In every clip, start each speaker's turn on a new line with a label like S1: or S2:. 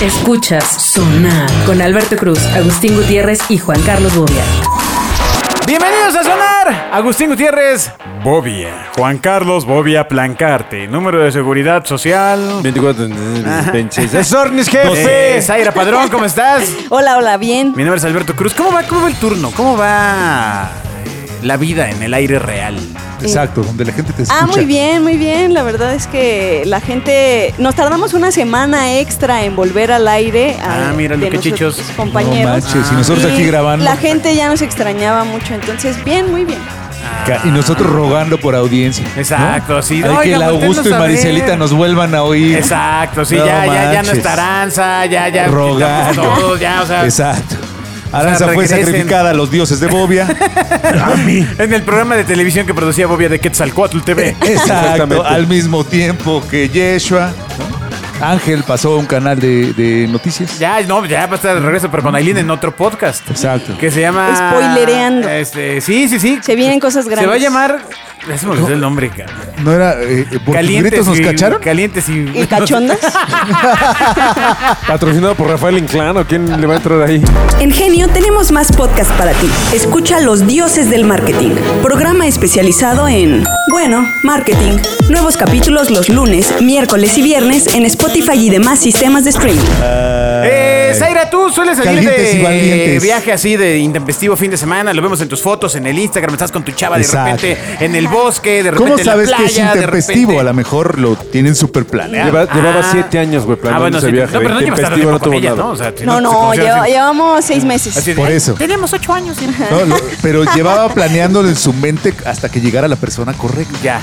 S1: Escuchas Sonar con Alberto Cruz, Agustín Gutiérrez y Juan Carlos Bobia.
S2: Bienvenidos a Sonar. Agustín Gutiérrez, Bobia. Juan Carlos Bobia Plancarte. Número de seguridad social.
S3: 24,
S4: Ah.
S3: 26. ¡Es Ornis, jefe!
S2: Eh, Zaira Padrón, ¿cómo estás?
S4: Hola, hola, bien.
S2: Mi nombre es Alberto Cruz. ¿Cómo va, ¿Cómo va el turno? ¿Cómo va eh, la vida en el aire real?
S5: Exacto, donde la gente te escucha.
S4: Ah, muy bien, muy bien. La verdad es que la gente. Nos tardamos una semana extra en volver al aire. a-
S2: Ah, mira, lo
S4: de
S2: que
S4: nuestros
S2: chichos.
S4: Compañeros.
S5: No manches, y nosotros aquí grabando.
S4: La gente ya nos extrañaba mucho, entonces, bien, muy bien.
S5: Ca- Y nosotros rogando por audiencia. ¿no?
S2: Exacto, sí.
S5: Hay que
S2: Oigan,
S5: el Augusto y
S2: voltenos a ver.
S5: Maricelita nos vuelvan a oír.
S2: Ah, Exacto, sí,
S5: No
S2: ya, ya, ya no
S5: manches.
S2: está Aranza, ya, ya.
S5: Rogar.
S2: estamos Todos, ya, o sea.
S5: Exacto. Aranza fue
S2: regresen.
S5: sacrificada a los dioses de Bobia. a mí. Eh,
S2: En el programa de televisión que producía Bobia de Quetzalcoatl TV.
S5: Exacto.
S3: Exactamente.
S5: Al mismo tiempo que Yeshua. ¿no? Ángel pasó a un canal de, de noticias.
S2: Ya, no, ya va a estar de regreso, pero con Aileen en otro podcast.
S5: Exacto.
S2: Que se llama.
S4: Spoilereando.
S2: Este, sí, sí, sí.
S4: Se vienen cosas grandes.
S2: Se va a llamar. Ya se me olvidó el nombre, ca-
S5: No era. eh, eh, ¿Por tus
S2: Calientes
S5: gritos nos
S2: y-
S5: cacharon?
S2: Calientes y.
S4: ¿Y cachondas?
S3: ¿Patrocinado por Rafael Inclán o quién le va a entrar ahí?
S6: En Genio tenemos más podcast para ti. Escucha Los Dioses del Marketing, programa especializado en, bueno, marketing. Nuevos capítulos los lunes, miércoles y viernes en Spotify y demás sistemas de streaming.
S2: Eh, Zaira, tú sueles salir
S5: Calientes y
S2: de
S5: valientes.
S2: viaje así de intempestivo fin de semana. Lo vemos en tus fotos, en el Instagram. Estás con tu chava de
S5: Exacto.
S2: repente en el bosque, de repente
S5: ¿Cómo
S2: en la playa.
S5: sabes que es
S2: de
S5: intempestivo?
S2: repente-
S5: A lo mejor lo tienen súper planeado.
S3: Lleva- Llevaba
S2: Ah.
S3: siete años, güey,
S2: Ah,
S3: planeando
S2: bueno,
S3: ese
S2: sí,
S3: viaje.
S2: No, pero no llevas tanto
S3: Intempestivo,
S2: tiempo con ella,
S3: nada.
S2: ¿no? O sea, si
S4: No,
S2: te
S4: no,
S2: conocieron
S4: lleva-
S2: así-
S4: llevamos seis meses.
S2: así de,
S5: Por
S2: "Ay,
S5: eso.
S2: Tenemos ocho años.
S5: No, lo- pero llevaba planeándolo en su mente hasta que llegara la persona correcta.
S2: Ya,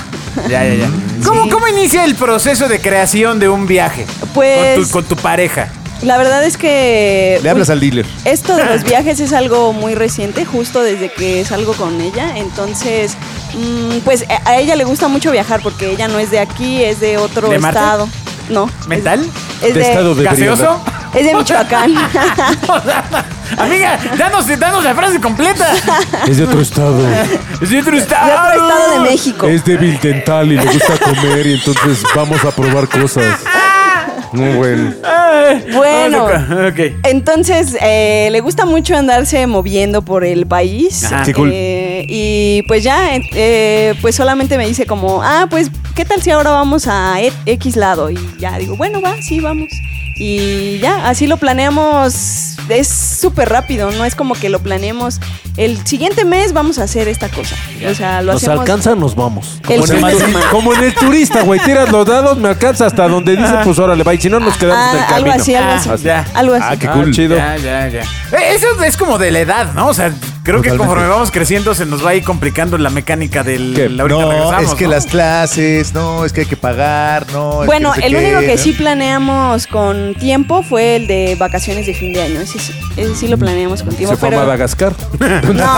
S2: ya, ya, ya. ¿Cómo, ¿Cómo inicia el proceso de creación de un viaje?
S4: Pues-
S2: Con tu, con tu pareja.
S4: e- La verdad es que.
S5: Le hablas al dealer.
S4: Esto de los viajes es algo muy reciente, justo desde que salgo con ella. Entonces, mm, pues a- a ella le gusta mucho viajar porque ella no es de aquí, es de otro
S2: ¿De Marte?
S4: estado. No.
S2: ¿Mental?
S4: Es, es
S3: De
S4: de,
S3: estado de
S2: ¿Gaseoso?
S4: es de Michoacán.
S2: Amiga, danos, danos la frase completa.
S3: Es de otro estado.
S2: Es de otro
S4: de
S2: estado.
S4: otro estado de México.
S3: Ah, es débil dental y le gusta comer y entonces vamos a probar cosas. Muy bueno.
S4: Bueno.
S2: Ah, Ok.
S4: Entonces, eh, le gusta mucho andarse moviendo por el país.
S2: Ajá.
S5: Qué cool.
S4: Eh, y pues ya, eh, eh, pues solamente me dice como, ah, pues, ¿qué tal si ahora vamos a e- X lado? Y ya digo, bueno, va, sí, vamos. Y ya, así lo planeamos, es súper rápido, no es como que lo planeemos, el siguiente mes vamos a hacer esta cosa. O sea, lo
S3: Nos
S4: hacemos...
S3: alcanza, nos vamos.
S4: El
S3: Como en,
S4: fin de
S3: el, turi-
S4: semana.
S3: como en el turista, güey. Tiras los dados, me alcanza hasta donde dice, pues órale, va. Y si no, nos quedamos
S4: Ah,
S3: en el camino.
S4: algo así, algo
S2: Ah,
S4: así.
S2: ya.
S4: Algo así.
S5: Ah, qué
S3: Ah,
S5: cool.
S3: chido.
S2: Ya, ya, ya. Eh, Eso es como de la edad, ¿no? O sea, creo que
S5: Totalmente.
S2: conforme vamos creciendo se nos va a ir complicando la mecánica del...
S3: ¿Qué?
S2: la ahorita
S5: no,
S2: regresamos,
S5: es que
S2: ¿no?
S5: las clases, no, es que hay que pagar, no. es
S4: Bueno,
S5: que no sé
S4: el único
S5: qué,
S4: que
S5: ¿no?
S4: sí planeamos con tiempo fue el de vacaciones de fin de año. Ese sí, ese sí lo planeamos con tiempo.
S3: Se fue a
S4: pero
S3: Madagascar.
S4: no.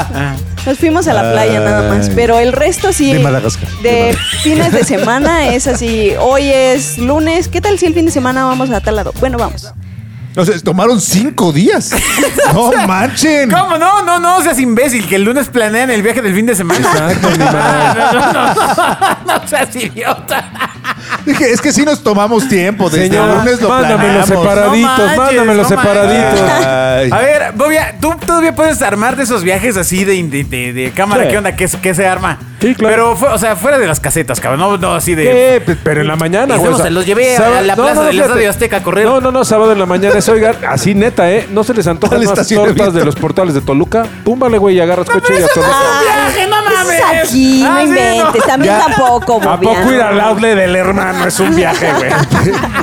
S4: Nos fuimos a la playa nada más.
S5: Ay.
S4: Pero el resto sí.
S5: De Madagascar.
S4: de fines de semana es así. Hoy es lunes. ¿Qué tal si el fin de semana vamos a tal lado? Bueno, vamos.
S5: O sea, tomaron cinco días. no manchen.
S2: ¿Cómo? No, no, no seas imbécil, que el lunes planean el viaje del fin de semana.
S3: Exacto, mi madre.
S2: No, no, no, no, no seas idiota.
S5: Dije, es que sí nos tomamos tiempo. Desde
S3: Señora,
S5: el lunes lo
S3: mándame los
S5: planeamos.
S3: separaditos,
S2: No manches,
S3: mándame los
S2: no
S3: separaditos.
S2: manches.
S5: Ay.
S2: A ver, Bobia, tú todavía puedes armarte esos viajes así de, de, de- de cámara.
S3: Sí.
S2: ¿Qué onda? ¿Qué, se- qué se arma?
S3: Sí, claro.
S2: Pero, fue- o sea, fuera de las casetas, cabrón. No, no así de.
S3: ¿Qué? Pe- Pero en la
S2: pues, Y
S3: mañana, güey.
S2: fuimos, se los llevé a la plaza del
S3: fíjate.
S2: Estadio Azteca a correr.
S3: No, no, no, sábado en la mañana. Es, oigan, así neta, ¿eh? ¿No se les antojan
S5: Toda la
S3: unas
S5: estación de
S3: tortas de
S5: viento. Ah,
S3: los portales de Toluca? Túmbale, güey, y agarras coche y a
S2: Eso no
S3: Toluca.
S2: es un viaje, no mames.
S4: Es aquí, no
S2: Ah, sí,
S4: inventes. También
S5: Ya.
S4: tampoco,
S3: ¿A poco
S4: Bobiano.
S3: ir al outlet del hermano es un viaje, güey?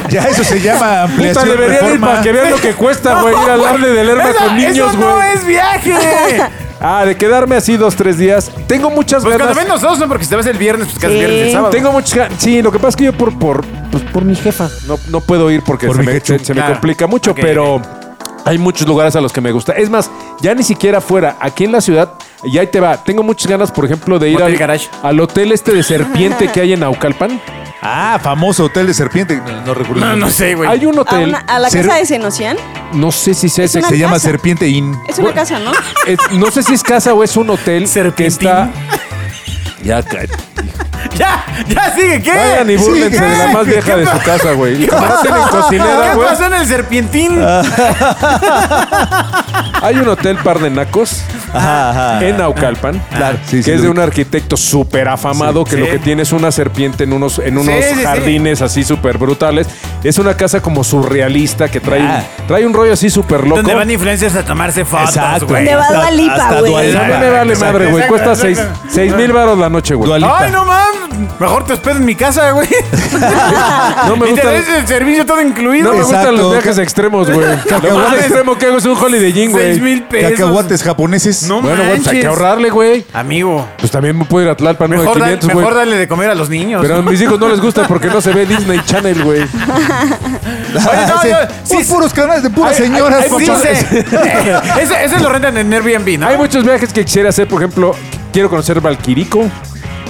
S5: ya eso se llama
S3: Puta,
S5: ampliación.
S3: debería ir
S5: reforma.
S3: para que vean lo que cuesta, güey, ir al outlet del hermano
S2: Eso-
S3: con niños,
S2: eso no
S3: güey.
S2: es viaje.
S3: Ah, de quedarme así dos, tres días. Tengo muchas
S2: Pues cuando
S3: ganas.
S2: menos dos, ¿no? Porque si te vas el viernes, pues casi
S4: Sí.
S2: viernes y el sábado.
S3: Tengo muchas ganas. Sí, lo que pasa es que yo por, por, pues, por mi jefa no, no puedo ir porque
S5: Por
S3: se,
S5: mi
S3: me,
S5: jefa.
S3: se- se me
S2: Claro.
S3: complica mucho,
S2: Ok,
S3: pero hay muchos lugares a los que me gusta. Es más, ya ni siquiera fuera, aquí en la ciudad, y ahí te va. Tengo muchas ganas, por ejemplo, de ir
S2: Hotel
S3: al,
S2: Garage.
S3: al hotel este de serpiente que hay en Naucalpan.
S5: Ah, famoso hotel de serpiente. No, no recuerdo.
S2: No, no sé, güey.
S3: Hay un
S4: A,
S3: hotel,
S4: una- a la
S5: Ser-
S4: casa de Zenocian.
S3: no sé si sea ese.
S4: una
S5: Se llama
S4: casa.
S5: Serpiente Inn.
S4: Es una casa, ¿no?
S3: es- no sé si es casa o es un hotel que
S2: Serpentín.
S3: está. Ya, cállate.
S2: ya, ya sigue, ¿qué?
S3: Vayan y búrlense
S2: ¿Qué?
S3: de la más
S2: ¿Qué
S3: vieja de
S2: pa-
S3: su casa, güey. Y como no tienen cocinera,
S2: ¿Qué
S3: güey. Ah,
S2: pasó en el serpientín?
S3: Hay un hotel par de nacos
S2: Ah.
S3: en Naucalpan,
S5: sí,
S3: que
S5: sí,
S3: es
S5: lo
S3: de
S5: vi.
S3: un arquitecto súper afamado, que
S2: sí.
S3: lo que tiene es una serpiente en unos, en unos
S2: sí, sí.
S3: jardines así súper brutales. Es una casa como surrealista que trae,
S5: Ah.
S3: trae un rollo así súper loco.
S2: Donde van influencers a tomarse fotos,
S5: Exacto.
S2: güey.
S4: Te va
S5: Hasta-
S4: Dua Lipa,
S5: hasta
S4: güey.
S5: Dua
S3: A
S5: Lipa.
S3: mí me vale madre, güey. Cuesta
S2: Exacto,
S3: 6
S2: exacto.
S3: mil baros la noche,
S5: Dua
S3: güey.
S5: Lipa.
S2: Ay, no mames. Mejor te espero en mi casa, güey.
S3: No me
S2: y te
S3: gusta.
S2: des el servicio todo incluido.
S3: No me
S5: Exacto.
S3: gustan los viajes extremos, güey. Lo más
S5: Cacahuates.
S3: extremo que hago es un Holiday Inn,
S2: Seis
S3: güey.
S2: mil pesos.
S5: Cacahuates japoneses.
S2: No
S3: Bueno, güey,
S2: manches.
S3: pues hay que ahorrarle, güey.
S2: Amigo.
S3: Pues también me puedo ir a Tlalpan, uno de
S2: Mejor, da-
S3: 500, güey.
S2: mejor dale de comer a los niños.
S3: Pero a mis hijos no les gusta porque no se ve Disney Channel, güey.
S2: Oye, no,
S5: Ah, Sí.
S2: yo-
S5: Son
S2: sí,
S5: puros canales de puras
S2: Ay,
S5: señoras.
S2: ay, ay,
S5: papá.
S2: sí, sí. ese, ese lo rentan en Airbnb, ¿no?
S3: Hay muchos viajes que quisiera hacer, por ejemplo, quiero conocer Valquirico.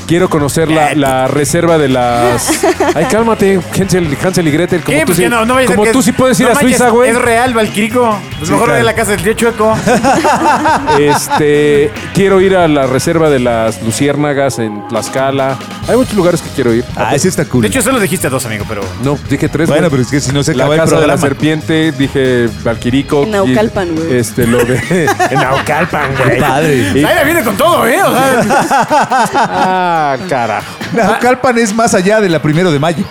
S3: Quiero conocer
S5: Eh,
S3: la, la reserva de las. Ay, cálmate, Hansel, Hansel y Gretel. Como
S2: ¿Qué?
S3: tú,
S2: Pues
S3: sí,
S2: que no, no vaya a ser
S3: como
S2: que
S3: tú
S2: es-
S3: sí puedes ir
S2: no
S3: a
S2: manches,
S3: Suiza, güey.
S2: Es real, Valquirico. Pues
S3: Sí,
S2: mejor ve
S3: claro.
S2: a la casa del tío Chueco.
S3: Este, quiero ir a la reserva de las luciérnagas en Tlaxcala. Hay muchos lugares que quiero ir.
S5: Ah, ese está cool.
S2: De hecho, solo dijiste a dos, amigo, pero...
S3: No, dije tres.
S5: Bueno,
S3: güey.
S5: pero es que si no se
S3: la
S5: acaba el
S3: casa de la
S5: programa.
S3: serpiente, dije Valquirico.
S4: En Naucalpan,
S3: y-
S4: güey.
S3: Este, lo de. en Naucalpan, güey.
S5: Padre.
S3: Y-
S2: Zaira viene con todo, ¿eh? O sea,
S3: ah, carajo.
S5: Naucalpan es más allá de la primero de mayo.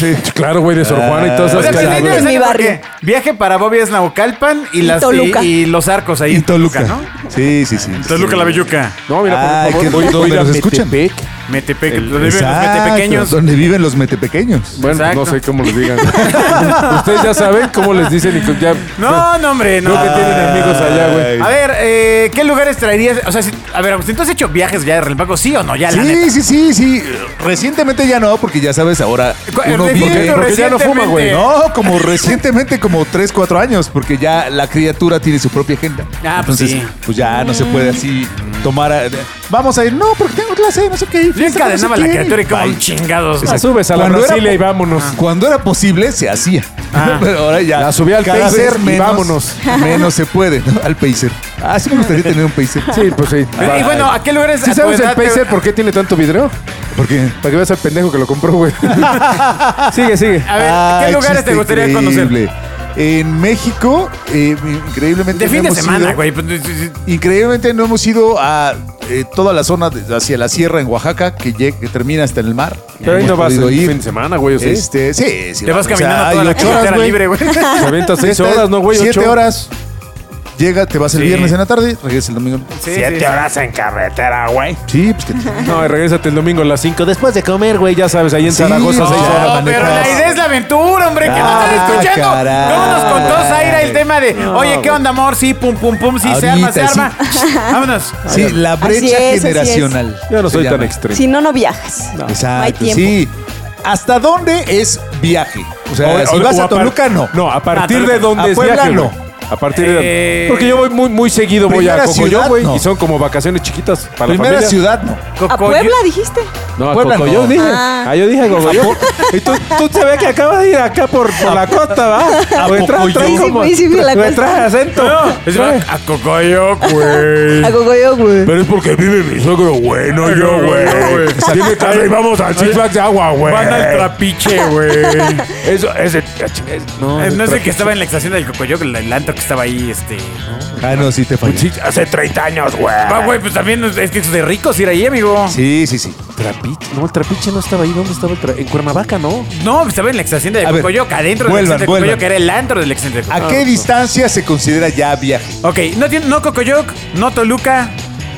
S5: Sí.
S3: Claro, güey, de Sor Juana y todas
S2: o sea,
S3: esas
S5: Hasta
S2: pues,
S5: la-
S2: es
S3: cosas, güey.
S4: En mi
S2: interesante
S4: barrio.
S2: porque Viaje para Bobby es Naucalpan y, las,
S4: Toluca.
S2: y, y los arcos ahí
S5: Y
S2: en Toluca,
S5: Toluca.
S2: ¿no?
S5: Sí, sí, sí.
S2: Toluca la Belluca.
S3: No, mira,
S5: Ay,
S3: por
S5: ah, qué
S3: favor, voy,
S5: rico,
S3: voy a
S5: donde nos escuchan.
S3: Metepec.
S2: Metepec,
S3: El-
S2: donde viven los
S5: Exacto,
S2: metepequeños.
S5: Donde viven los metepequeños.
S3: Bueno,
S2: Exacto.
S3: no sé cómo les digan. Ustedes ya saben cómo les dicen y con- ya.
S2: No, no, hombre, no.
S3: Creo que tienen amigos allá, güey.
S5: Ay.
S2: A ver, eh, ¿qué lugares traerías? O sea, si- a ver, Agustín, ¿tú has hecho viajes ya de relámpago? ¿Sí o no? Ya, la neta.
S5: Sí, sí, sí, sí. Recientemente ya no, porque ya sabes, ahora
S2: Cu-
S5: uno
S2: defiendo
S5: vive...
S3: porque ya no fuma, güey,
S2: recientemente.
S5: Pues No, como recientemente, como 3, 4 años, porque ya la criatura tiene su propia agenda.
S2: Ah, pues
S5: Entonces,
S2: sí. Mm.
S5: pues ya no se puede así tomar... a- vamos a ir, no, porque tengo clase, no sé qué.
S2: Yo
S5: fiesta, no sé
S2: encadenaba la
S5: qué.
S2: criatura y como
S5: Bye.
S2: chingados.
S3: La subes a la
S5: Cuando era
S3: Brasilia
S5: po- Ah.
S3: y vámonos.
S5: Cuando era posible, se hacía.
S2: Ah.
S5: Pero ahora ya.
S3: La subí al
S5: cada
S3: Pacer
S5: vez
S3: y vámonos.
S5: Menos se puede, ¿no? Al Pacer. Ah, sí me gustaría tener un Pacer.
S3: Sí, pues sí.
S2: Y bueno, ¿a qué lugares
S3: ¿Sí
S2: a tu
S3: sabes el
S2: edad te-
S3: Pacer por qué tiene tanto vidrio?
S5: Porque.
S3: Para que veas al pendejo que lo compró, güey. sigue, sigue.
S2: A ver,
S5: Ah,
S2: ¿qué lugares te gustaría conocer?
S5: En México, eh, increíblemente.
S2: De
S5: no
S2: fin de
S5: hemos
S2: semana,
S5: ido-
S2: güey. pues, sí, sí, sí.
S5: Increíblemente no hemos ido a eh, toda la zona de- hacia la sierra en Oaxaca, que, lleg- que termina hasta en el mar.
S3: Pero ahí no
S5: hemos
S3: vas el
S5: podido ir.
S3: fin de semana, güey. O sea,
S5: Este, sí, sí.
S2: Te vas
S5: vamos. O sea,
S2: caminando toda
S5: hay
S2: la
S5: ocho horas,
S2: carretera
S5: güey.
S2: libre, güey.
S3: se avienta seis
S5: Siete-
S3: horas, ¿no, güey?
S5: Siete
S3: Ocho.
S5: horas. Llega, te vas el
S2: Sí.
S5: viernes en la tarde, regresas el domingo.
S2: Sí, sí, sí.
S3: horas en carretera, güey.
S5: Sí, pues que te-
S3: No, y regrésate el domingo a las 5 después de comer, güey. Ya sabes, ahí en
S5: Sí,
S3: Zaragoza
S5: no.
S3: seis horas.
S2: No, pero la
S5: manejas.
S2: idea es la aventura, hombre, que no
S5: Ah,
S2: están escuchando.
S5: caray.
S2: ¿Cómo nos contó Zaira el tema de, oye, ¿qué
S3: güey.
S2: onda, amor? Sí, pum, pum, pum, sí, se
S5: Ahorita,
S2: arma, se
S5: sí.
S2: arma. Vámonos.
S5: Sí, la brecha
S4: es, así es.
S5: generacional.
S3: Yo no
S5: se
S3: soy tan
S5: llama.
S3: extremo.
S4: Si no, no viajas. No hay
S5: Exacto.
S4: tiempo.
S5: sí. ¿Hasta dónde es viaje? O sea,
S3: O-
S5: si
S3: o-
S5: vas
S3: o
S5: a
S3: par-
S5: Toluca, no.
S3: No, a partir
S2: Toluca.
S3: de
S5: A
S3: dónde es
S5: Puebla,
S3: viaje,
S5: no.
S3: güey. A partir de.
S2: Eh,
S3: Porque yo voy muy, muy seguido, voy a
S5: primera
S3: Cocoyo,
S5: ciudad,
S3: güey.
S5: no.
S3: Y son como vacaciones chiquitas para
S5: Primera
S3: la familia.
S5: ciudad, no.
S4: ¿A
S2: Cocoyo-
S4: Puebla dijiste?
S3: No, a
S5: Puebla,
S3: Cocoyo
S5: no.
S3: dije.
S4: Ah.
S3: Ah. yo dije Cocoyo. Y tú, tú se ve que acabas de ir acá por, por la costa, ¿va? O entras,
S5: Cocoyo.
S3: traes
S4: Sí, sí,
S3: como.
S4: güey, sí, fui a la
S3: me
S4: costa.
S3: traes acento.
S2: No, es
S3: Traes-
S2: a Cocoyo, güey.
S4: A Gogoyo, güey.
S3: Eh. Pero es porque vive mi sogro, güey, no yo, güey. Tiene casa y vamos al Six Flags de agua, güey.
S2: Van al trapiche, güey.
S3: Eso, ese. ese- No,
S2: Eh, No
S3: ese
S2: es el que
S3: trapiche.
S2: estaba en la estación del Cocoyoc, el, el antro que estaba ahí, este.
S5: Ah, no, sí te fallé.
S3: Sí, hace 30 años, güey.
S2: Ah, güey, pues también es es que es de ricos ir ahí, amigo.
S5: Sí, sí, sí.
S3: Trapiche. No, el trapiche no estaba ahí. ¿Dónde estaba el trapiche? En Cuernavaca, ¿no?
S2: No, estaba en la estación del
S5: A ver,
S2: Cocoyoc, adentro del
S5: vuelvan,
S2: estación del
S5: vuelvan.
S2: Cocoyoc, era el antro del estación del
S5: ¿A
S3: Ah,
S2: Cocoyoc.
S5: qué distancia se considera ya viaje?
S2: Ok, no, tiene, no Cocoyoc, no Toluca.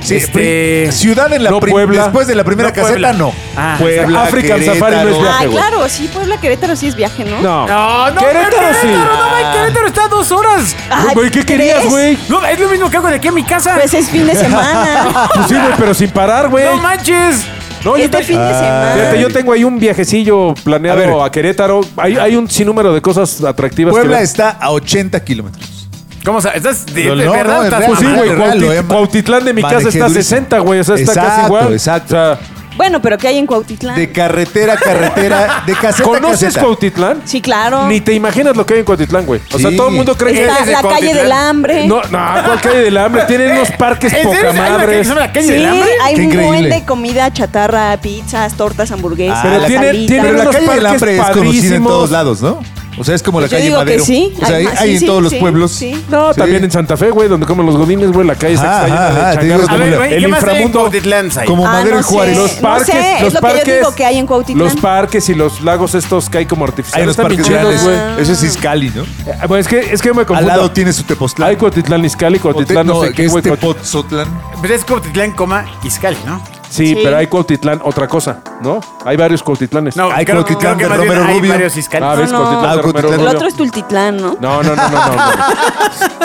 S5: Sí,
S2: este.
S5: pri- ciudad en la
S3: no
S5: prim-
S3: Puebla.
S5: después de la primera
S2: No,
S5: caseta,
S2: Puebla.
S5: no.
S2: Ah,
S3: África, el safari no es
S5: Querétaro.
S3: viaje,
S4: Ah,
S3: güey.
S4: claro, sí, Puebla, Querétaro sí es viaje, ¿no?
S3: No.
S2: No, no,
S3: Querétaro sí.
S2: Querétaro, no, güey, Querétaro está a dos horas.
S4: Ay,
S3: Güey, ¿qué querías,
S4: ¿crees?
S3: güey?
S2: No, es lo mismo que hago de aquí a mi casa.
S4: Pues es fin de semana.
S3: Pues sí, güey, pero sin parar, güey.
S5: eh.
S2: no manches.
S3: No, yo,
S4: este
S3: te-
S4: fin de semana.
S3: Fíjate, yo tengo ahí un viajecillo
S5: A
S3: planeado
S5: ver.
S3: a, Querétaro. Hay, hay un sinnúmero de cosas atractivas. que
S5: Puebla
S3: ver.
S5: está a 80 kilómetros.
S2: ¿Cómo sabes? ¿Estás de,
S5: No,
S2: de
S5: no,
S2: verdad?
S5: no, es
S2: estás
S5: real.
S3: Pues sí,
S5: Ah,
S2: mamando?
S3: güey.
S5: real, lo he
S3: Cuauti-
S5: ma-
S3: Cuautitlán de mi casa
S5: manejé
S3: está a
S5: durísimo.
S3: 60, güey. O sea, está casi
S5: Exacto,
S3: igual.
S5: exacto.
S3: O sea,
S4: Bueno, pero ¿qué hay en Cuautitlán?
S5: De carretera a carretera, de caseta a
S3: ¿Conoces
S5: caseta.
S3: Cuautitlán?
S4: Sí, claro.
S3: Ni te imaginas lo que hay en Cuautitlán, güey. O sea,
S5: Sí.
S3: todo el mundo cree que
S4: Está
S3: es de
S4: la calle
S3: Cuautitlán.
S4: del hambre.
S3: No, no, ¿cuál calle del hambre? Tienen unos parques
S2: ¿En serio?
S3: poca
S2: ¿Hay una calle que
S3: madres.
S2: se llama la calle
S4: Sí,
S2: del hambre?
S4: hay
S5: Qué
S4: un buen
S5: increíble.
S4: de comida chatarra, pizzas, tortas, hamburguesas,
S5: Ah,
S3: Pero
S5: la
S3: tienen,
S4: salitas.
S3: tienen
S5: Pero la
S3: unos
S5: calle del
S3: parques
S5: hambre es conocida en
S3: padrísimos.
S5: todos lados, ¿no? O sea, es como la
S4: Pues Yo
S5: calle
S4: digo
S5: Madero.
S4: que sí.
S5: O sea, hay,
S4: ma-
S5: hay
S4: sí,
S5: en
S4: sí,
S5: todos los
S4: sí,
S5: pueblos.
S4: sí.
S3: No,
S5: Sí.
S3: también en Santa Fe, güey, donde comen los godines, güey, la calle se
S5: Ajá,
S3: está llena
S5: ajá,
S3: de
S5: te digo,
S3: changarros.
S5: es
S2: A ver,
S5: como
S2: güey,
S3: el
S2: ¿qué más hay en
S3: inframundo.
S2: Cuautitlán, Sai?
S5: Como
S4: Ah,
S5: Madero
S4: no
S5: y
S4: sé.
S5: Juárez.
S3: Los
S4: No
S3: parques,
S4: sé,
S3: los
S4: es lo que yo
S3: parques,
S4: digo que hay en Cuautitlán.
S3: Los parques y los lagos estos que hay como
S5: Hay
S3: artificiales.
S5: los
S3: están bien
S5: parques
S3: chidos,
S5: grandes.
S3: güey.
S5: Eso es Iscali, ¿no?
S3: Eh, Bueno, es que, es que yo me
S5: Al
S3: confundo.
S5: lado tiene su Tepoztlán.
S3: Hay Cuautitlán Izcalli, Cuautitlán no,
S5: no, este
S3: sé qué,
S5: es
S3: güey. Cuautitlán-
S5: Tepozotlán.
S2: Pues es Cuautitlán, coma, Izcali, ¿no?
S3: Sí,
S4: Sí.
S3: pero hay Cuautitlán otra cosa, ¿no? Hay varios Cuautitlanes.
S2: No,
S5: Hay
S2: creo, creo
S5: Cuautitlán
S2: que
S5: de
S2: más bien
S5: Romero
S2: hay
S5: Rubio.
S2: varios Izcali.
S3: Ah, ves,
S4: No, no.
S3: Cuautitlán,
S5: Ah,
S3: de Romero
S5: Cuautitlán.
S4: El
S3: Rubio.
S4: otro es Tultitlán, ¿no?
S3: No, no, no, no, no. no.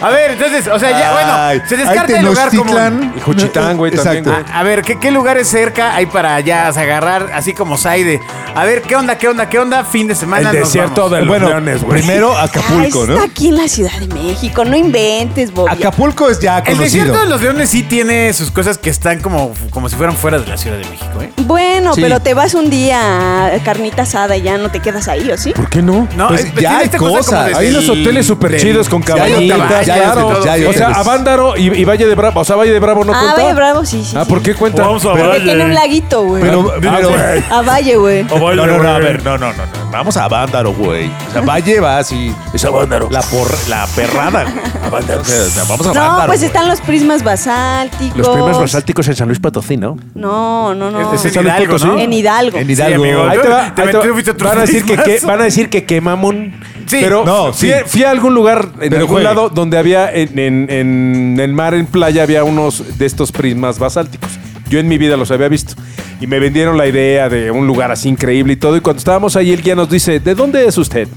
S2: A ver, entonces, o sea, ya,
S5: Ay,
S2: bueno, se descarta
S5: hay
S2: el lugar
S5: Tenochtitlán.
S2: común.
S3: Y Juchitán, güey, también,
S5: Exacto.
S3: güey.
S2: A ver, ¿qué, qué lugares cerca hay para ya agarrar, así como Saide? A ver, ¿qué onda, qué onda, qué onda? Fin de semana.
S3: El desierto
S2: de...
S3: de los
S5: bueno,
S3: leones, güey.
S5: primero Acapulco,
S4: Ah,
S5: ¿no?
S4: Está aquí en la Ciudad de México. No inventes, Bobia.
S5: Acapulco es ya
S2: El
S5: conocido.
S2: desierto de los leones sí tiene sus cosas que están como, como si fueran fuera de la Ciudad de México, ¿eh?
S4: Bueno,
S5: Sí.
S4: pero te vas un día a carnita asada y ya no te quedas ahí, ¿o sí?
S3: ¿Por qué no?
S2: No,
S5: Pues
S2: eh,
S5: ya
S2: tiene
S5: hay
S2: esta cosa como
S5: cosas.
S2: desde
S3: Hay
S2: el-
S3: unos hoteles súper
S2: del-
S3: chidos con
S2: Ya hay
S3: cabañitas,
S2: hoteles,
S5: ya hay
S2: claro.
S5: hoteles, ya hay
S3: O sea,
S5: hoteles.
S3: Avándaro y, y Valle de Bravo. O sea, Valle de Bravo Pues, no
S4: ah,
S3: cuenta.
S4: Valle Bravo, sí, sí.
S3: Ah,
S4: sí.
S3: ¿por qué cuenta?
S2: Vamos a
S3: Pero-
S4: Porque tiene un laguito, güey.
S5: Pero, pero-
S4: A Valle, güey.
S3: Oh,
S5: no, no, no, a ver, no, no, no, no. Vamos a Bándaro, güey. O sea, Valle va así. Es a Bándaro. La, por- la perrada, güey. A Bándaro. O sea, vamos a
S4: No,
S5: Bándaro.
S4: pues están los prismas basálticos.
S3: Los primeros basálticos en San Luis Potosí, ¿no?
S4: No, no, no.
S2: Es en
S3: San Luis
S2: Hidalgo,
S3: Potosí.
S2: ¿no?
S4: En Hidalgo.
S5: En Hidalgo.
S2: Sí, amigo.
S3: Ahí te va,
S2: Te
S3: ahí te va.
S2: metiste otros
S3: Van a decir que,
S2: prismas.
S3: qué- van a decir que qué mamón.
S2: Sí.
S3: pero
S5: No,
S3: fui,
S5: sí.
S3: fui a algún lugar, en
S5: Pero
S3: algún
S5: juegue.
S3: lado, donde había en, en- en el mar, en playa, había unos de estos prismas basálticos. Yo en mi vida los había visto. Y me vendieron la idea de un lugar así increíble y todo. Y cuando estábamos ahí, el guía nos dice, ¿de dónde es usted?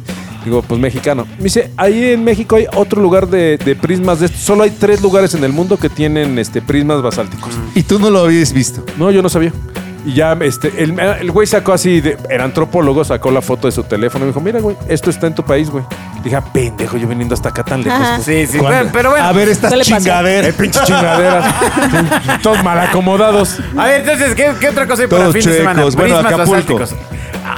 S3: Digo, pues mexicano. Me dice, ahí en México hay otro lugar de, de prismas de estos. Solo hay tres lugares en el mundo que tienen este, prismas basálticos.
S5: Y tú no lo habías visto.
S3: No, yo no sabía. Y ya, este, el, el güey sacó así, de, era antropólogo, sacó la foto de su teléfono y me dijo, mira, güey, esto está en tu país, güey. Dije, ah, pendejo, yo viniendo hasta acá tan lejos.
S4: Ajá.
S3: güey.
S2: Sí, sí,
S5: ¿Cuándo?
S2: pero, pero bueno.
S5: a ver, estas
S4: Suele pasar.
S5: chingaderas.
S3: Eh, pinches chingaderas. Todos mal acomodados.
S2: A ver, entonces, ¿qué, qué otra cosa hay para
S5: Todos
S2: fin de semana?
S5: chuecos. Bueno,
S2: Prismas
S5: Acapulco.
S2: basálticos.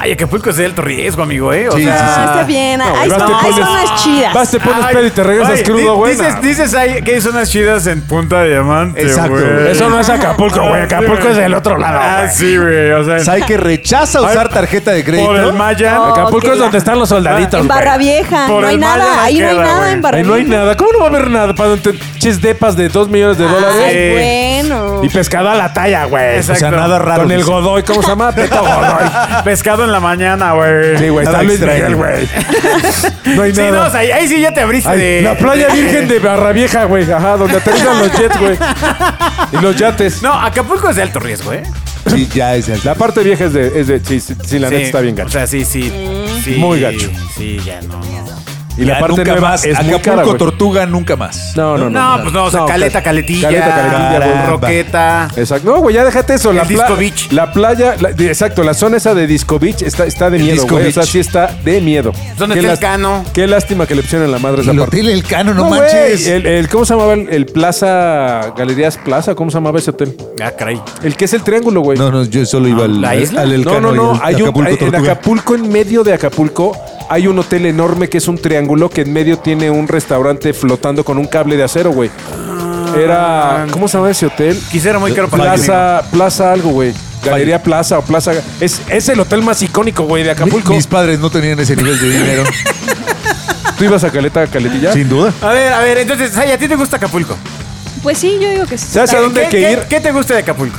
S2: Ay, Acapulco es de alto riesgo, amigo, ¿eh? O
S5: Sí,
S2: sea,
S5: sí, sí.
S4: Ah, está bien.
S3: No, este
S4: ahí
S3: vas,
S4: son,
S3: te
S4: ahí son
S3: pones-
S4: las chidas.
S3: Vas, te pones
S2: Ay,
S3: pedo y te regresas
S2: oye,
S3: crudo,
S2: di-
S3: güey.
S2: Dices, dices ahí que hay zonas chidas en Punta de Diamante,
S5: Exacto,
S2: güey.
S5: güey.
S3: Eso no es Acapulco, güey. Acapulco es del otro lado.
S2: Ah,
S3: güey.
S2: sí, güey. O sea,
S5: ¿Sabes que rechaza usar tarjeta de crédito?
S2: por el Maya.
S4: No,
S3: Acapulco
S4: que
S3: es
S4: la-
S3: donde están los soldaditos.
S4: En
S3: güey.
S4: Barra Vieja.
S2: Por
S4: No hay
S2: el mal de
S4: nada.
S2: la
S4: Ahí no hay
S2: queda,
S4: nada
S2: güey.
S4: en Barra
S3: Ahí
S4: Vieja.
S3: no hay nada. ¿Cómo no va a haber nada? Para donde ches depas de dos millones de dólares.
S4: Ay,
S2: Sí.
S4: bueno.
S3: Y pescado a la talla, güey.
S2: Exacto.
S5: O sea, nada raro.
S3: Con el
S5: dice.
S3: Godoy, ¿cómo se llama? Beto Godoy.
S2: Pescado en la mañana, güey.
S3: Sí, güey, está
S5: Nada
S3: Luis Miguel,
S5: extraño.
S3: güey. No hay
S2: Sí, no, o
S3: nada.
S2: sea, ahí, ahí sí ya te abriste
S3: Ay,
S2: de...
S3: la playa
S2: de-
S3: virgen de Barravieja, güey. Ajá, donde aterrizan los jets, güey. Y los yates.
S2: No, Acapulco es de alto riesgo, ¿eh?
S5: Sí, ya es el-
S3: La parte vieja es de. Es de sí, sí, sí, la
S2: Sí,
S3: neta está bien
S2: O
S3: gacha.
S2: sea, sí, sí. sí
S3: Muy gacho.
S2: Sí, ya no.
S3: Y la
S5: Ya
S3: parte
S5: nunca
S3: nueva
S5: más.
S3: es muy cara,
S5: Acapulco,
S3: güey.
S5: Tortuga, nunca más.
S3: No, no, no.
S2: No, pues no, o sea, caleta,
S3: cal-
S2: caletilla.
S3: Caleta, caletilla, güey.
S5: Caramba.
S2: Roqueta.
S3: Exacto. No, güey, ya déjate eso. La,
S2: El Disco Beach.
S3: la playa, la- de- exacto, la zona esa de Disco Beach está, está de
S5: El
S3: miedo,
S5: Disco
S3: güey. O sea,
S5: Beach.
S3: sí está de miedo.
S2: ¿Dónde
S3: Qué
S2: está el
S3: lás-
S2: Cano?
S3: Qué lástima que le pusieron la madre a esa
S5: El
S3: parte.
S5: hotel El Cano, no,
S3: Pues güey,
S5: manches.
S3: el, el- ¿Cómo se llamaba el, el Plaza, Galerías Plaza? ¿Cómo se llamaba ese hotel?
S2: Ah, caray.
S3: El que es el triángulo, güey.
S5: No, no, yo solo iba al,
S2: ¿La isla?
S5: al El
S3: no,
S5: Cano.
S3: no, no,
S5: y al
S3: hay un,
S5: Acapulco,
S3: hay- en
S5: Tortuga.
S3: Acapulco, en medio de Acapulco, hay un hotel enorme que es un triángulo que en medio tiene un restaurante flotando con un cable de acero, güey.
S5: Ah,
S3: Era. ¿Cómo se llama ese hotel?
S2: Quisiera muy caro para
S3: Plaza, Plaza algo, güey. Galería Plaza o Plaza. Es, es el hotel más icónico, güey, de Acapulco.
S5: Mis padres no tenían ese nivel de dinero.
S3: ¿Tú ibas a Caleta, Caletilla?
S5: Sin duda.
S2: mí. A ver, a ver, entonces, Ay, ¿a ti te gusta Acapulco?
S4: Pues sí, yo digo que sí.
S3: ¿Sabes a dónde hay
S2: ¿Qué,
S3: que
S2: qué-
S3: ir?
S2: ¿Qué te gusta de Acapulco?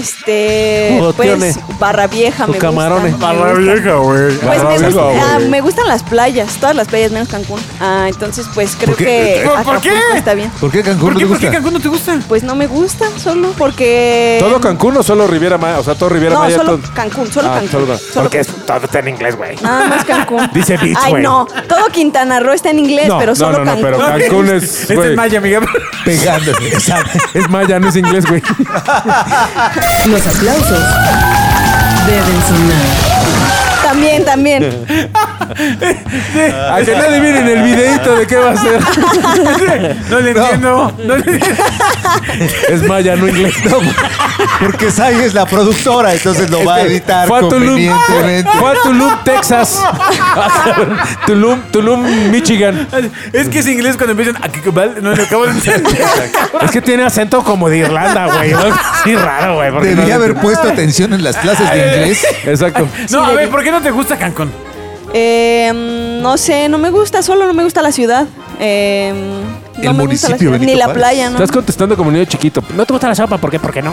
S4: Este.
S3: Jogoteone.
S4: Pues Barra Vieja, me
S3: Con camarones.
S4: gusta. me gusta.
S2: güey.
S4: Pues me,
S3: Barra
S4: gusta-
S3: Vieja,
S4: ah,
S3: güey.
S4: me gustan las playas, todas las playas menos Cancún. Ah, entonces pues creo
S5: ¿Por qué?
S4: que
S2: ¿Por- por qué?
S4: Acapulco está bien.
S5: ¿Por qué Cancún
S2: ¿Por
S5: no
S2: qué,
S5: te
S2: ¿Por qué
S5: gusta?
S2: Cancún no te gusta?
S4: Pues no me gusta, solo porque
S3: ¿Todo Cancún o solo Riviera Maya? O sea, todo Riviera
S4: No,
S3: Maya.
S4: solo
S3: todo-
S4: Cancún, solo
S3: Ah,
S4: Cancún.
S3: solo-
S4: solo
S3: porque
S4: Cancún. Nada más Cancún.
S3: Dice beach,
S4: Ay,
S3: güey.
S4: no, todo Quintana Roo está en inglés,
S3: No,
S4: pero
S3: no,
S4: solo
S3: no, no,
S4: Cancún.
S3: pero Cancún es,
S2: Este
S3: güey,
S2: es Maya, amiga.
S5: Pegándome. Exacto.
S3: es maya, no es inglés, güey.
S1: Los aplausos deben sonar.
S4: También, también.
S3: A que no adivinen el videito de qué va a ser.
S2: No le entiendo. No le entiendo.
S3: Es maya, no inglés.
S5: Porque Sai es la productora, entonces lo va a editar
S3: Fue a Tulum. Ah,
S5: convenientemente.
S3: Fue a Tulum, Texas. Tulum, Tulum, Michigan.
S2: Es que es inglés cuando empiezan a Kikubal, no le acabo de entender.
S3: Es que tiene acento como de Irlanda, güey. ¿no? Sí, raro, güey. porque Ah, eh, no-
S5: Debía haber puesto atención en las clases de inglés.
S3: Exacto.
S2: No, a ver, ¿por qué no te gusta Cancún?
S4: Eh, mm, no sé, no me gusta, solo no me gusta la ciudad. Eh, mm, no me gusta
S5: El
S4: la
S5: municipio
S4: ciudad,
S5: Benito
S4: ni la
S5: Juárez.
S4: playa, ¿no?
S3: Estás contestando como niño chiquito. No te gusta la sopa, ¿por qué? ¿Por qué no?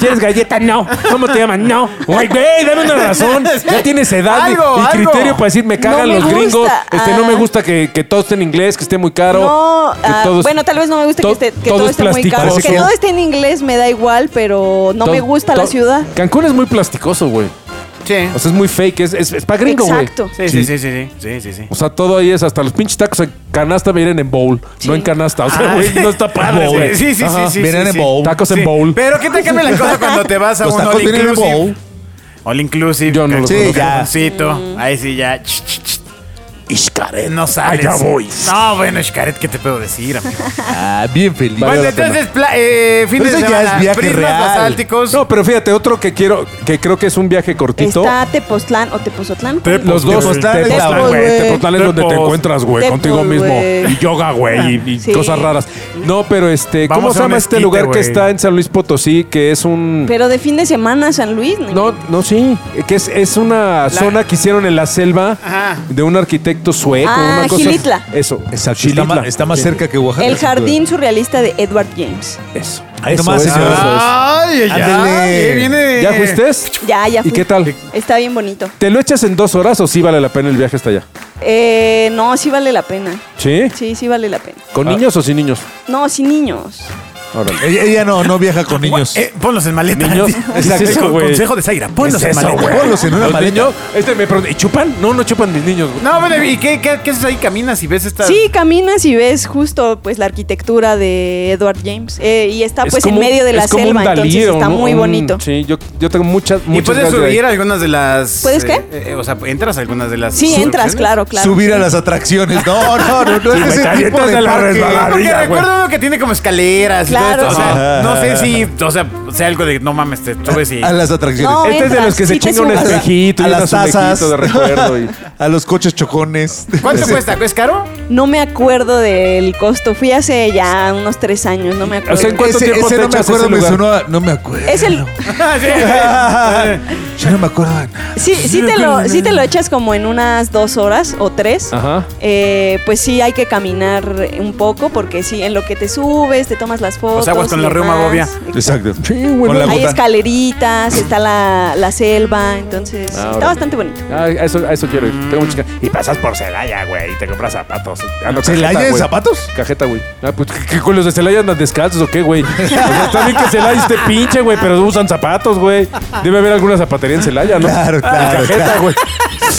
S3: ¿Quieres galleta? No. ¿Cómo te llaman? No. Güey, güey, dame una razón. Ya tienes edad y-
S2: Algo,
S3: y
S2: algo.
S3: criterio para decir, me cagan
S4: No me
S3: los gringos.
S4: gusta.
S3: Este, no me
S4: Ah.
S3: gusta que, que todo esté en inglés, que esté muy caro.
S4: No,
S3: que
S4: ah,
S3: todo es-
S4: bueno, tal vez no me gusta
S3: to-
S4: que, esté, que
S3: todo
S4: todo,
S3: es
S4: esté muy
S3: plástico.
S4: caro.
S5: Parece
S4: Que
S5: que-
S4: todo esté en inglés me da igual, pero no
S3: to-
S4: me gusta
S3: to-
S4: la ciudad.
S3: Cancún es muy plasticoso, güey.
S2: Sí.
S3: O sea, es muy fake. Es, es, para gringo, güey.
S4: Exacto.
S2: Sí, sí, sí, sí, sí, sí, sí, sí.
S3: O sea, todo ahí es hasta los pinches tacos en canasta vienen en bowl, no en canasta. O sea,
S2: Ah,
S3: güey,
S2: sí.
S3: no está padre,
S2: Bowl.
S3: güey.
S2: Sí, sí,
S3: Ajá.
S2: sí, sí.
S5: Vienen
S2: sí,
S5: en
S2: sí.
S5: bowl.
S3: Tacos en
S2: Sí.
S3: bowl.
S2: Pero ¿qué te cambia la cosa cuando te vas a
S5: Los
S2: un
S5: tacos
S2: all
S5: vienen en
S2: inclusive?
S5: bowl.
S2: All inclusive.
S3: Yo no lo
S2: Sí,
S5: conozco.
S2: ya.
S4: Mm.
S2: Jamoncito. Ahí sí ya. Ch, ch, ch. Iscaret, no sales.
S3: Allá voy.
S2: No, bueno, Iscaret, ¿qué te puedo decir, amigo?
S5: Ah, bien feliz.
S2: bueno,
S3: la Pues
S2: entonces, pla- eh, fin de
S5: Pero eso ya
S2: semana.
S5: es viaje
S2: prismas
S5: real.
S2: basálticos.
S3: No, pero fíjate, otro que quiero, que creo que es un viaje cortito.
S4: Está Tepoztlán o Tepozotlán.
S2: Pero-
S3: Los dos
S5: Tepoztlán es
S4: la-
S3: Tepoztlán, güey.
S4: güey.
S3: Tepoztlán es donde te
S2: Tepos.
S3: encuentras, güey,
S4: Tepos,
S3: contigo mismo.
S4: güey.
S3: Y yoga, güey, y, y
S4: Sí.
S3: cosas raras. No, pero este, ¿cómo
S2: Vamos
S3: se
S2: a un
S3: llama este
S2: esquite,
S3: lugar que
S2: güey.
S3: está en San Luis Potosí? Que es un.
S4: Pero de fin de semana, San Luis.
S3: No, no, sí. Que es, es una zona que hicieron en la selva
S2: Ajá.
S3: de un arquitecto sueco.
S4: Ah,
S3: una cosa-
S4: Gilitla.
S3: Eso, exacto.
S5: Está ma- está
S3: Gilitla.
S5: más,
S3: Sí.
S5: cerca que Oaxaca.
S4: El jardín surrealista de Edward James.
S3: Eso.
S5: Ahí
S3: eso,
S5: nomás, ah,
S3: eso,
S5: señor.
S3: eso, eso.
S2: Ay, ay,
S5: Ándele.
S2: ay. Ah, viene-
S3: ¿Ya fuiste?
S4: Ya, ya
S3: ¿Y
S4: fui.
S3: qué tal?
S4: Está bien bonito.
S3: ¿Te lo echas en dos horas o sí vale la pena el viaje hasta allá?
S4: Eh, no, sí vale la pena.
S3: ¿Sí?
S4: Sí, sí vale la pena.
S5: Ah.
S3: ¿Con niños o sin niños?
S4: No, sin niños.
S3: Órale.
S5: Ella, ella no, no viaja con niños.
S2: Eh, ponlos en maleta.
S3: Niños.
S2: Exacto.
S3: ¿Qué es eso,
S2: Con-
S3: güey?
S2: consejo de Zaira. Ponlos
S3: ¿Qué es
S2: en
S3: eso,
S2: maleta.
S3: güey?
S5: Ponlos en una
S3: ¿Los
S5: maleta.
S3: niños? Este me pregunta, ¿y chupan? No, no chupan mis niños. güey.
S2: No, bueno, ¿y qué, qué, qué haces ahí? ¿Caminas y ves estas?
S4: Sí, caminas y ves justo pues la arquitectura de Edward James. Eh, y está
S3: Es
S4: pues
S3: como-
S4: en medio de la
S3: es como un
S4: selva,
S3: Dalí,
S4: entonces
S3: ¿o
S4: está
S3: no?
S4: muy
S3: Un-
S4: bonito.
S3: Sí, yo, yo tengo muchas,
S2: Y
S3: muchas
S2: puedes
S3: ganas de ir ahí.
S2: subir algunas de las.
S4: ¿Puedes qué?
S2: eh, eh, o sea, entras a algunas de las.
S4: Sí, entras,
S2: opciones?
S4: claro, claro.
S5: Subir a las atracciones. No, no, no, no es ese tipo
S3: calientas
S5: de
S3: de la
S5: parque.
S2: Sí,
S3: resbaladilla.
S2: porque
S3: Maravilla,
S2: recuerdo uno que tiene como escaleras y todo
S4: Claro,
S2: esto. O sea,
S5: sí.
S2: no sé si, o sea, sea algo de no mames, te subes y.
S5: A las atracciones.
S4: No,
S3: Este es de
S4: entras,
S3: los que se
S4: sí te
S3: chinga un
S4: subes.
S3: espejito y
S5: a
S3: un
S5: las tazas.
S3: azulejito de recuerdo. y-
S5: A los coches chocones.
S2: ¿Cuánto
S5: Sí.
S2: cuesta? ¿Es caro?
S4: No me acuerdo del costo. Fui hace ya unos tres años, no me
S3: O sea,
S4: acuerdo.
S3: ¿en cuánto
S5: ese,
S3: tiempo
S5: ese
S3: te
S5: no me
S3: echas
S5: acuerdo,
S3: ese
S5: me
S3: lugar?
S5: sonó a- No me acuerdo.
S4: es el,
S5: Yo no me acuerdo de nada.
S4: sí, sí te lo, sí te lo echas como en unas dos horas o tres.
S3: Ajá.
S4: Eh, pues sí hay que caminar un poco porque sí, en lo que te subes, te tomas las fotos.
S2: sea, aguas con
S4: y
S2: la reuma,
S4: demás.
S2: bobia.
S5: Exacto.
S3: Sí, güey.
S5: Con la
S4: Hay
S5: bota.
S4: escaleritas, está la, la selva, entonces
S3: Ah,
S4: está
S3: órale.
S4: bastante bonito.
S3: Ah, a eso, a eso quiero ir. Tengo muchas ganas. Y pasas por Celaya, güey, y te compras zapatos. Ah, no,
S5: ¿Celaya
S3: cajeta,
S5: en
S3: güey.
S5: zapatos?
S3: Cajeta, güey. Ah, pues, ¿qué, qué, los de Celaya andan descalzos o qué, güey? O sea, está bien que Celaya esté pinche, güey, pero usan zapatos, güey. Debe haber alguna zapatería en Celaya, ¿no? Ah,
S5: Claro, claro,
S3: Cajeta,
S5: claro.
S3: güey.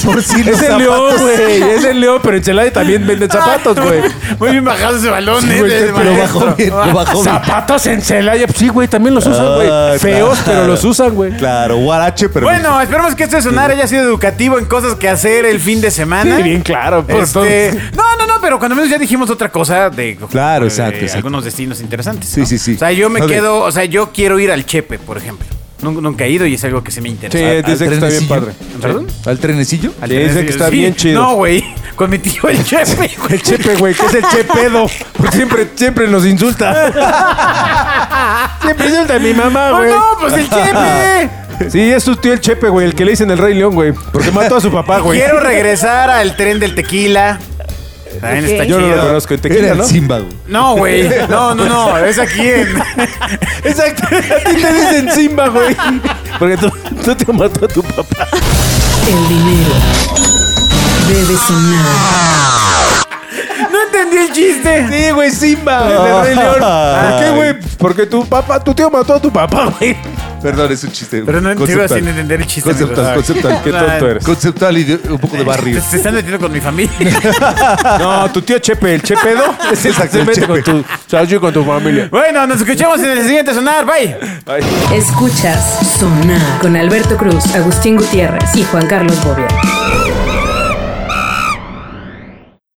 S5: Por si
S3: Es
S5: los
S3: el
S5: zapatos.
S3: León, güey. Es el León, pero en Celaya también venden zapatos, güey.
S2: Muy bien bajado ese balón,
S3: Sí,
S2: eh,
S3: güey,
S2: de- de
S3: pero
S5: Lo
S2: maestro. Ah,
S5: bajó bien, lo bajó bien.
S3: Zapatos en Celaya, pues sí, güey, también los usan, güey.
S5: Ah,
S3: Feos,
S5: claro.
S3: pero los usan, güey.
S5: Claro, guarache, pero.
S2: Bueno, esperemos que este sonar haya sido educativo en cosas que hacer el fin de semana.
S3: Sí, bien claro, por
S2: Este, no, no, no, pero cuando menos ya dijimos otra cosa de,
S5: Claro,
S2: de
S5: exacto, exacto.
S2: algunos destinos interesantes.
S5: Sí,
S2: ¿no?
S5: sí, sí.
S2: O sea, yo me
S5: Ok.
S2: quedo, o sea, yo quiero ir al Chepe, por ejemplo. Nun- Nunca he ido y es algo que se me interesa.
S3: Sí,
S5: Al- al
S3: dice eh, que está bien
S5: trenecillo.
S3: padre.
S2: ¿Perdón?
S5: ¿Al trenecillo?
S3: Sí, dice que está
S2: Sí,
S3: bien chido.
S2: No, güey. Con mi tío el Chepe, güey.
S3: El chepe, güey, que es el chepedo. Porque siempre, siempre nos insulta. siempre insulta a mi mamá,
S2: Oh,
S3: güey.
S2: no, pues el Chepe.
S3: Sí, es su tío el chepe, güey, el que le dicen el Rey León, güey. Porque mató a su papá, güey.
S2: Quiero regresar al tren del tequila. También
S4: Ok.
S2: está
S3: Yo no
S2: chido.
S3: lo conozco en tequila,
S5: Era el
S3: ¿no?
S5: Simba, güey.
S2: No, güey. No, no, no. Es aquí en.
S3: Exacto. A ti te dicen Simba, güey. Porque tú, tú te mató a tu papá.
S1: El dinero debe sonar.
S2: No entendí el chiste.
S3: Sí, Ah, güey, Simba. El Rey León. ¿Por qué, güey? Porque tu papá, tu tío mató a tu papá, güey.
S5: Perdón, es un chiste.
S2: Pero no te iba
S5: conceptual.
S2: sin entender el chiste.
S5: Conceptual,
S2: mi rey.
S5: conceptual.
S3: Qué tonto eres.
S5: Conceptual y de- un poco de barrio.
S2: Se, se están metiendo con mi familia.
S3: No, tu tío Chepe, el Chepedo. Es el
S5: Exacto, el
S3: que se mete
S5: Chepe.
S3: con tu chayo y con tu familia.
S2: bueno, nos escuchamos en el siguiente sonar. Bye.
S1: Escuchas Sonar con Alberto Cruz, Agustín Gutiérrez y Juan Carlos Bobia.